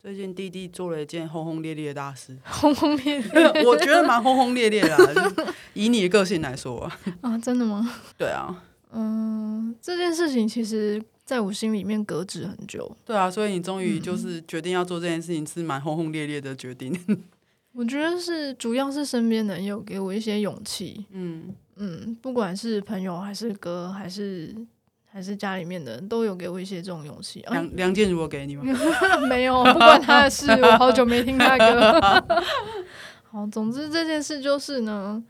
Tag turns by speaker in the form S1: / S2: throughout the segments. S1: 最近弟弟做了一件轰轰烈烈的大事，
S2: 轰轰烈烈
S1: 我觉得蛮轰轰烈烈的、啊， 就是以你的个性来说、啊，
S2: 啊！真的吗？
S1: 对啊，
S2: 嗯，这件事情其实在我心里面搁置很久。
S1: 对啊，所以你终于就是决定要做这件事情，是蛮轰轰烈烈的决定。
S2: 我觉得是主要是身边的人有给我一些勇气，
S1: 嗯，
S2: 嗯，不管是朋友还是哥还是还是家里面的人，都有给我一些这种勇气。啊、
S1: 梁梁静茹有给你吗？
S2: 没有，不关他的事，我好久没听他歌。 好，总之这件事就是呢，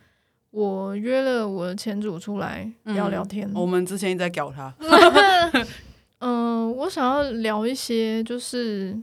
S2: 我约了我的前主出来
S1: 嗯
S2: 聊聊天。
S1: 我们之前一直在搞他，
S2: 嗯、我想要聊一些，就是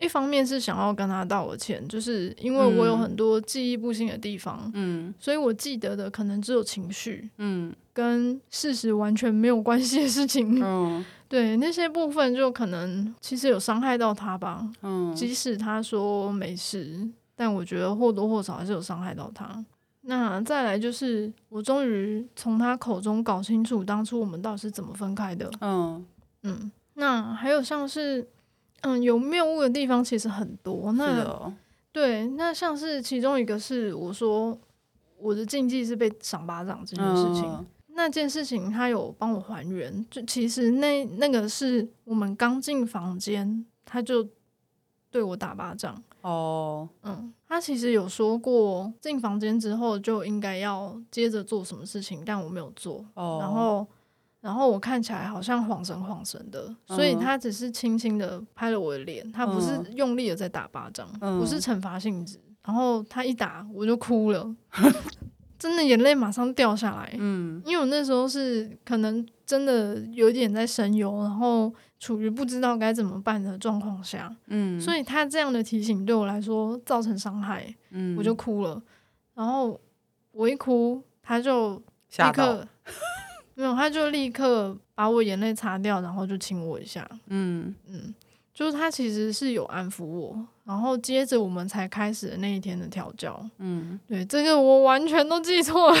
S2: 一方面是想要跟他道个歉，就是因为我有
S1: 嗯
S2: 很多记忆不清的地方，
S1: 嗯
S2: 所以我记得的可能只有情绪，
S1: 嗯
S2: 跟事实完全没有关系的事情。
S1: 嗯
S2: 对那些部分，就可能其实有伤害到他吧。
S1: 嗯，
S2: 即使他说没事，但我觉得或多或少还是有伤害到他。那再来就是，我终于从他口中搞清楚当初我们到底是怎么分开的。
S1: 嗯
S2: 嗯，那还有像是，嗯，有谬误的地方其实很多。
S1: 是
S2: 那
S1: 的哦，
S2: 对，那像是其中一个是我说我的禁忌是被赏巴掌这件事情，
S1: 嗯
S2: 那件事情他有帮我还原，就其实那那个是我们刚进房间他就对我打巴掌，
S1: 哦，
S2: 嗯，他其实有说过进房间之后就应该要接着做什么事情，但我没有做，
S1: 哦
S2: 然后。然后我看起来好像晃神晃神的，所以
S1: 嗯
S2: 他只是轻轻的拍了我的脸，他不是
S1: 嗯
S2: 用力的在打巴掌，
S1: 嗯
S2: 不是惩罚性质。然后他一打我就哭了， 真的眼泪马上掉下来，
S1: 嗯
S2: 因为我那时候是可能真的有一点在神游，然后处于不知道该怎么办的状况下，
S1: 嗯，
S2: 所
S1: 以
S2: 以他这样的提醒对我来说造成伤害，
S1: 嗯
S2: 我就哭了。然后我一哭，他就立
S1: 吓到，
S2: 刻 没有，他就立刻把我眼泪擦掉，然后就亲我一下。
S1: 嗯
S2: 嗯，就是他其实是有安抚我，然后接着我们才开始那一天的调教。
S1: 嗯
S2: 对，这个我完全都记错了。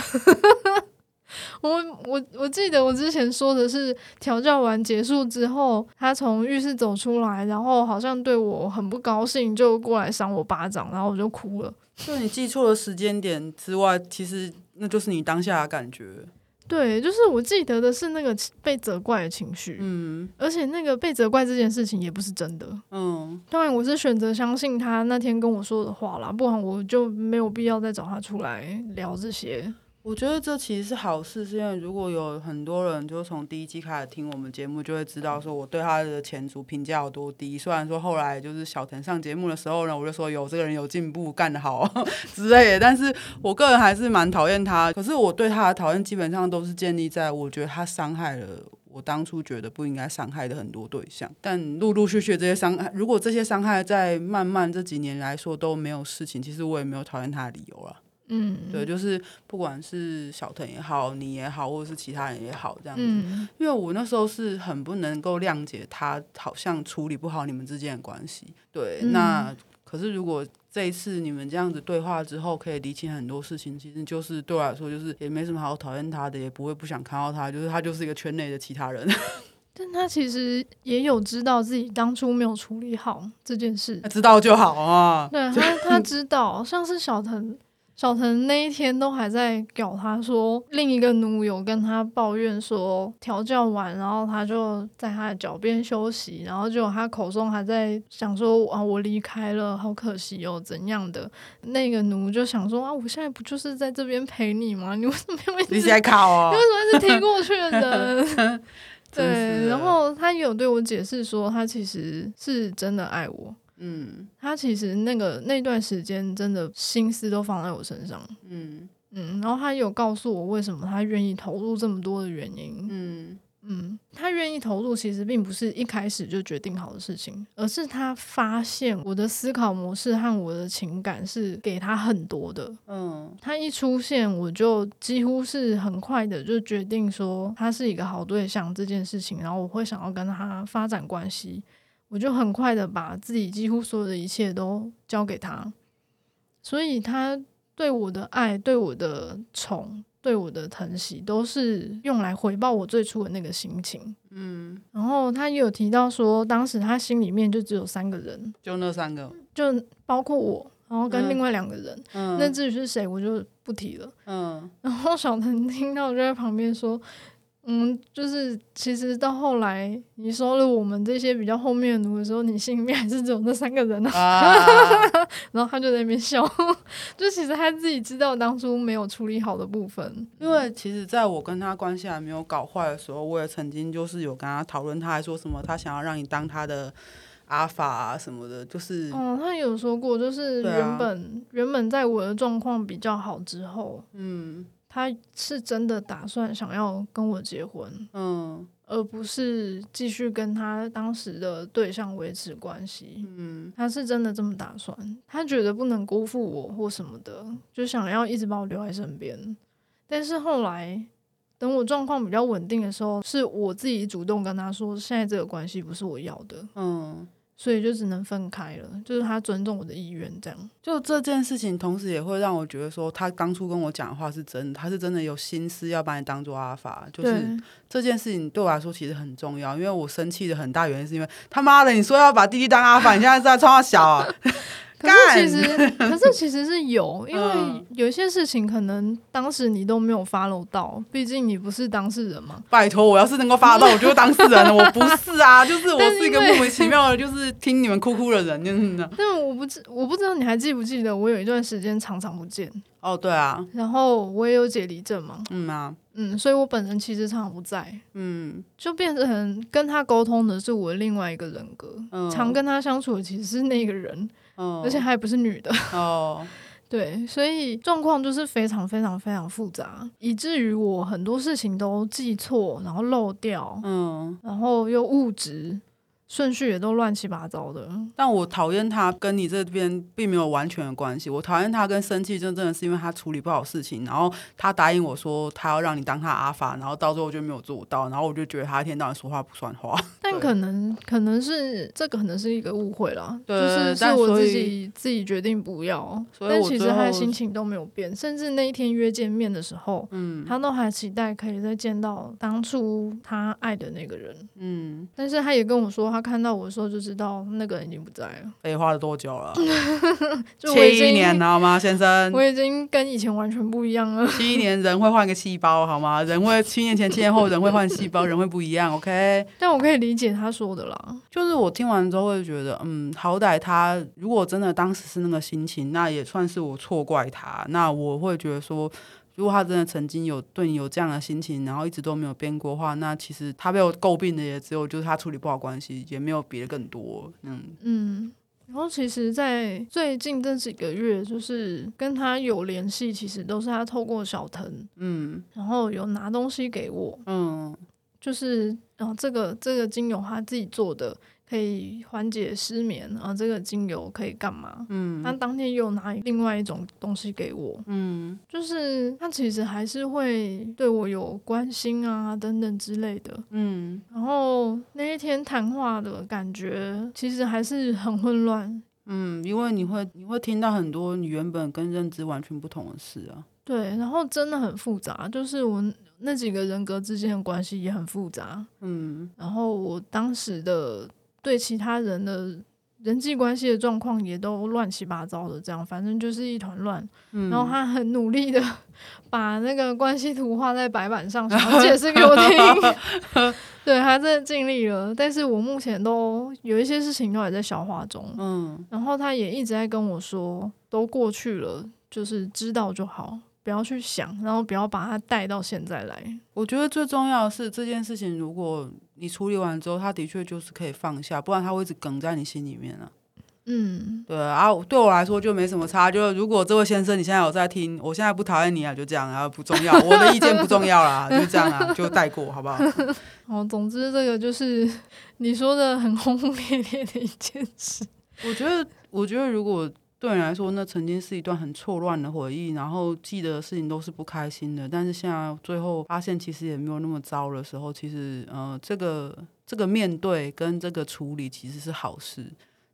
S2: 我我我记得我之前说的是调教完结束之后，他从浴室走出来，然后好像对我很不高兴，就过来扇我巴掌，然后我就哭了。
S1: 就你记错了时间点之外，其实那就是你当下的感觉。
S2: 对，就是我记得的是那个被责怪的情绪，
S1: 嗯
S2: 而且那个被责怪这件事情也不是真的。
S1: 嗯
S2: 当然，我是选择相信他那天跟我说的话啦，不然我就没有必要再找他出来聊这些。
S1: 我觉得这其实是好事，是因为如果有很多人就从第一季开始听我们节目，就会知道说我对他的前途评价有多低。虽然说后来就是小腾上节目的时候呢，我就说有这个人有进步，干得好 之类的，但是我个人还是蛮讨厌他。可是我对他的讨厌基本上都是建立在我觉得他伤害了。我当初觉得不应该伤害的很多对象，但陆陆续续这些伤害，如果这些伤害在慢慢这几年来说都没有事情，其实我也没有讨厌他的理由了。
S2: 嗯，
S1: 对，，就是不管是小腾也好，你也好，或者是其他人也好，这样子。
S2: 嗯
S1: 因为我那时候是很不能够谅解他好像处理不好你们之间的关系。对，
S2: 嗯
S1: 那可是如果这一次你们这样子对话之后，可以理清很多事情，其实就是对我来说，就是也没什么好讨厌他的，也不会不想看到他，就是他就是一个圈内的其他人。
S2: 但他其实也有知道自己当初没有处理好这件事。
S1: 知道就好 啊。
S2: 对他，他知道，像是小腾，小腾那一天都还在屌他说，另一个奴有跟他抱怨说，调教完，然后他就在他的脚边休息，然后就他口中还在想说啊，我离开了，好可惜哦，怎样的？那个奴就想说啊，我现在不就是在这边陪你吗？你为什么要一
S1: 你
S2: 直？
S1: 在考啊
S2: 你为？什么一直踢过去的人？
S1: 真是
S2: 对，
S1: 的
S2: 然后他有对我解释说，他其实是真的爱我，
S1: 嗯
S2: 他其实那个那段时间真的心思都放在我身上，
S1: 嗯
S2: 嗯，然后他有告诉我为什么他愿意投入这么多的原因，
S1: 嗯
S2: 嗯，他愿意投入其实并不是一开始就决定好的事情，而是他发现我的思考模式和我的情感是给他很多的，
S1: 嗯
S2: 他一出现我就几乎是很快的就决定说他是一个好对象这件事情，然后我会想要跟他发展关系，我就很快的把自己几乎所有的一切都交给他，所以他对我的爱、对我的宠、对我的疼惜，都是用来回报我最初的那个心情。
S1: 嗯，
S2: 然后他也有提到说，当时他心里面就只有三个人，
S1: 就那三个，
S2: 就包括我，然后
S1: 嗯
S2: 跟另外两个人。
S1: 嗯，
S2: 那至于是谁，我就不提了。
S1: 嗯
S2: 然后小腾听到就在旁边说：“嗯，就是其实到后来你收了我们这些比较后面的奴的时候，你心里面还是只有那三个人啊。
S1: 啊，
S2: 然后他就在那边笑， 就其实他自己知道当初没有处理好的部分。
S1: 因为其实在我跟他关系还没有搞坏的时候，我也曾经就是有跟他讨论，他还说什么他想要让你当他的阿法啊什么的，就是
S2: 哦，他有说过，就是
S1: 对啊
S2: 原本、原本在我的状况比较好之后，
S1: 嗯
S2: 他是真的打算想要跟我结婚，
S1: 嗯
S2: 而不是继续跟他当时的对象维持关系。
S1: 嗯
S2: 他是真的这么打算，他觉得不能辜负我或什么的，就想要一直把我留在身边。但是后来，等我状况比较稳定的时候，是我自己主动跟他说，现在这个关系不是我要的，
S1: 嗯，
S2: 所以就只能分开了。就是他尊重我的意愿，这样。
S1: 就这件事情，同时也会让我觉得说，他当初跟我讲的话是真的，他是真的有心思要把你当做阿法，就是
S2: 对
S1: 这件事情对我来说其实很重要，因为我生气的很大原因是因为他妈的，你说要把弟弟当阿反，你现在是在冲他小啊？
S2: 可是其实，可是其实是有，因为
S1: 嗯
S2: 有一些事情可能当时你都没有 follow 到，毕竟你不是当事人嘛。
S1: 拜托，我要是能够发 到，我就会当事人了。我不是啊， 就是我
S2: 但是
S1: 是一个
S2: 因为
S1: 莫名其妙的，就是听你们哭哭的人，真的。
S2: 但我不知我不知道你还记不记得，我有一段时间常常不见。
S1: 哦，对啊，
S2: 然后我也有解离症嘛，
S1: 嗯啊，
S2: 嗯，所以我本人其实常常不在，
S1: 嗯
S2: 就变成跟他沟通的是我另外一个人格，
S1: 嗯，
S2: 常跟他相处的其实是那个人，
S1: 嗯，
S2: 而且还不是女的，
S1: 哦，
S2: 对，所以状况就是非常非常非常复杂，以至于我很多事情都记错，然后漏掉，
S1: 嗯。
S2: 然后又误植，顺序也都乱七八糟的，
S1: 但我讨厌他跟你这边并没有完全的关系。我讨厌他跟生气，真真的是因为他处理不好事情，然后他答应我说他要让你当他阿法，然后到最后就没有做到，然后我就觉得他一天到晚说话不算话。
S2: 但
S1: 对
S2: 可能可能是这个可能是一个误会啦，就
S1: 对
S2: 是是
S1: 但
S2: 我
S1: 所
S2: 自
S1: 以
S2: 己自己决定不要，
S1: 所以
S2: 但
S1: 我
S2: 其实
S1: 最
S2: 他的
S1: 后
S2: 心情都没有变，甚至那一天约见面的时候，
S1: 嗯
S2: 他都还期待可以再见到当初他爱的那个人，
S1: 嗯，
S2: 但是他也跟我说，他看到我的时候就知道那个人已经不在了，
S1: 废话了多久 了？
S2: 就我已
S1: 七
S2: 经
S1: 年啊了好吗，先生？
S2: 我已经跟以前完全不一样了，
S1: 七年人会换个细胞，好吗？人会七年前、七年后，人会换细胞，人会不一样。OK，
S2: 但我可以理解他说的啦，
S1: 就是我听完之后会觉得，嗯，好歹他如果真的当时是那个心情，那也算是我错怪他。那我会觉得说，如果他真的曾经有对你有这样的心情，然后一直都没有变过的话，那其实他被我诟病的也只有就是他处理不好关系，也没有别的更多。嗯
S2: 嗯。然后其实，在最近这几个月，就是跟他有联系，其实都是他透过小腾
S1: 嗯
S2: 然后有拿东西给我，
S1: 嗯
S2: 就是啊、呃这个这个精油他自己做的，可以缓解失眠啊、呃这个精油可以干嘛？他
S1: 嗯
S2: 当天又拿另外一种东西给我，
S1: 嗯
S2: 就是他其实还是会对我有关心啊等等之类的。
S1: 嗯
S2: 然后那一天谈话的感觉，其实还是很混乱。
S1: 嗯，因为你会你会听到很多你原本跟认知完全不同的事啊。
S2: 对，然后真的很复杂，就是我那几个人格之间的关系也很复杂。
S1: 嗯
S2: 然后我当时的对其他人的人际关系的状况也都乱七八糟的，这样反正就是一团乱。
S1: 嗯，
S2: 然后他很努力的把那个关系图画在白 板上，想要解释给我听。 对，他真的尽力了，但是我目前都有一些事情都还在消化中。
S1: 嗯
S2: 然后他也一直在跟我说，都过去了，就是知道就好。不要去想，然后不要把它带到现在来。
S1: 我觉得最重要的是这件事情，如果你处理完之后，他的确就是可以放下，不然他会一直梗在你心里面啊。
S2: 嗯，
S1: 对啊，我对我来说就没什么差。就是如果这位先生你现在有在听，我现在不讨厌你啊，就这样啊，不重要，我的意见不重要啦，就这样啊，就带过好不好？
S2: 哦，总之这个就是 你说的很轰轰烈烈的一件事。
S1: 我觉得，我觉得如果对你来说，那曾经是一段很错乱的回忆，然后记得的事情都是不开心的，但是现在最后发现其实也没有那么糟的时候，其实呃，这个这个面对跟这个处理其实是好事。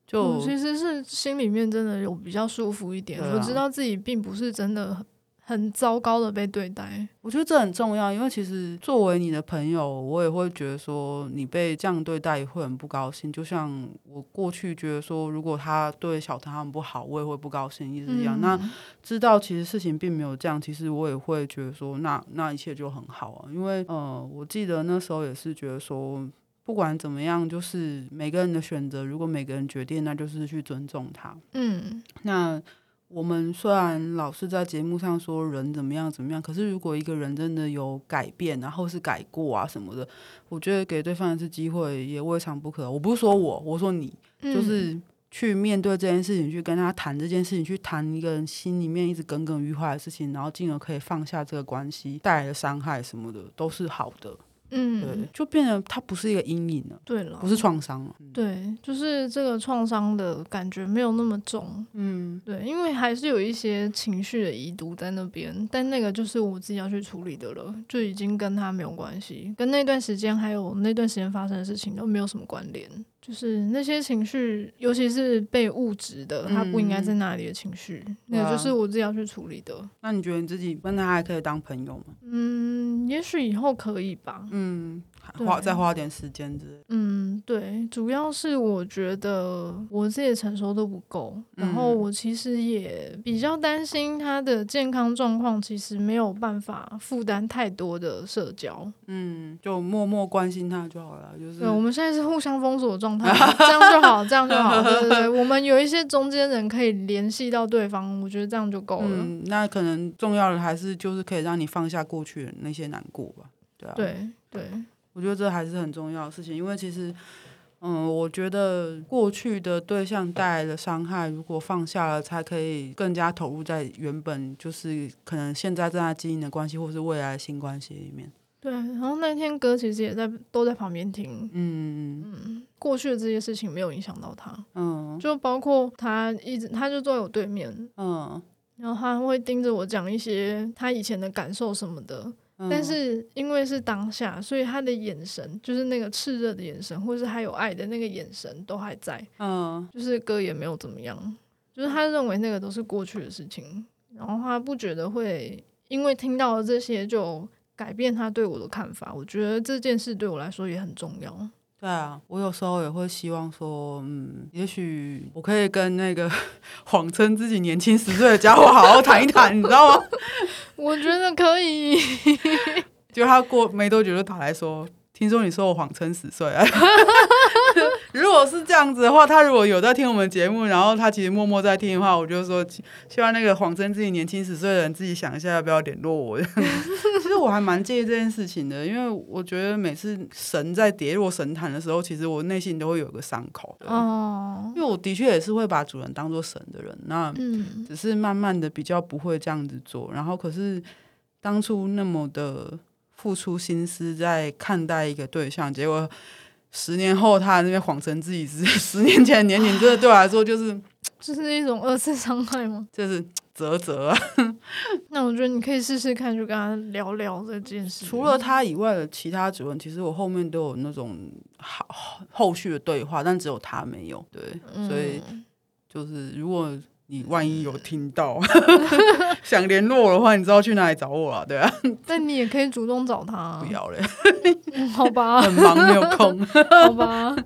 S1: 就
S2: 嗯我其实是心里面真的有比较舒服一点，
S1: 对啊
S2: 我知道自己并不是真的很糟糕的被对待。
S1: 我觉得这很重要，因为其实作为你的朋友，我也会觉得说你被这样对待也会很不高兴。就像我过去觉得说，如果他对小唐他们不好，我也会不高兴，一直一样。那
S2: 嗯
S1: 知道其实事情并没有这样，其实我也会觉得说，那那一切就很好啊。因为呃，我记得那时候也是觉得说，不管怎么样，就是每个人的选择，如果每个人决定，那就是去尊重他。
S2: 嗯
S1: 那我们虽然老是在节目上说人怎么样怎么样，可是如果一个人真的有改变，然后是改过啊什么的，我觉得给对方一次机会也未尝不可。啊我不是说我，我说你，
S2: 嗯
S1: 就是去面对这件事情，去跟他谈这件事情，去谈一个人心里面一直耿耿于怀的事情，然后进而可以放下这个关系带来的伤害什么的，都是好的。对，
S2: 嗯，
S1: 就变成它不是一个阴影了，
S2: 对了，
S1: 不是创伤
S2: 哦
S1: 了。
S2: 对，就是这个创伤的感觉没有那么重。
S1: 嗯，
S2: 对，因为还是有一些情绪的遗毒在那边，但那个就是我自己要去处理的了，就已经跟他没有关系，跟那段时间还有那段时间发生的事情都没有什么关联。就是那些情绪，尤其是被物质的，它不应该在那里的情绪，那个
S1: 对啊
S2: 就是我自己要去处理的。
S1: 那你觉得你自己跟他还可以当朋友吗？
S2: 嗯，也许以后可以吧。
S1: 嗯，还
S2: 对
S1: 花再花点时间之类的。
S2: 嗯，对，主要是我觉得我自己的承受度不够，然后
S1: 嗯
S2: 我其实也比较担心他的健康状况，其实没有办法负担太多的社交。
S1: 嗯，就默默关心他就好了，就是
S2: 对，我们现在是互相封锁的状态，这样就好，这样就好。对对对，我们有一些中间人可以联系到对方，我觉得这样就够了。
S1: 嗯，那可能重要的还是就是可以让你放下过去的那些难过吧。对啊，
S2: 对对，
S1: 我觉得这还是很重要的事情，因为其实，嗯，我觉得过去的对象带来的伤害，如果放下了，才可以更加投入在原本就是可能现在正在经营的关系，或是未来的新关系里面。
S2: 对，然后那天歌其实也在都在旁边听，
S1: 嗯
S2: 过去的这些事情没有影响到他。
S1: 嗯
S2: 就包括他一直，他就坐在我对面，
S1: 嗯，
S2: 然后他会盯着我讲一些他以前的感受什么的。
S1: 嗯
S2: 但是因为是当下，所以他的眼神，就是那个炽热的眼神，或是还有爱的那个眼神都还在，
S1: 嗯
S2: 就是哥也没有怎么样，就是他认为那个都是过去的事情，然后他不觉得会因为听到了这些就。改变他对我的看法，我觉得这件事对我来说也很重要。
S1: 对啊，我有时候也会希望说，嗯，也许我可以跟那个 谎称自己年轻十岁的家伙好好谈一谈，你知道吗？
S2: 我觉得可以，
S1: 结果他过没多久就打来说，听说你说我谎称十岁啊。 如果是这样子的话，他如果有在听我们节目，然后他其实默默在听的话，我就说希希望那个谎称自己年轻十岁的人自己想一下要不要联络我。这样子其实我还蛮介意这件事情的，因为我觉得每次神在跌落神坛的时候，其实我内心都会有个伤口。
S2: 哦，
S1: 因为我的确也是会把主人当做神的人，那
S2: 嗯
S1: 只是慢慢的比较不会这样子做。然后可是当初那么的付出心思在看待一个对象，结果十年后他那边谎称自己是 十年前的年龄，真的对我来说就是
S2: 这是一种二次伤害吗？
S1: 就是啧啧啊。
S2: 那我觉得你可以试试看，就跟他聊聊这件事。
S1: 除了他以外的其他主人，其实我后面都有那种好后后续的对话，但只有他没有。对，
S2: 嗯，
S1: 所以就是如果你万一有听到 想联络我的话，你知道去哪里找我啊？对啊，
S2: 但你也可以主动找他。啊
S1: 不要嘞，
S2: 嗯好吧，
S1: 很忙没有空。
S2: 好吧。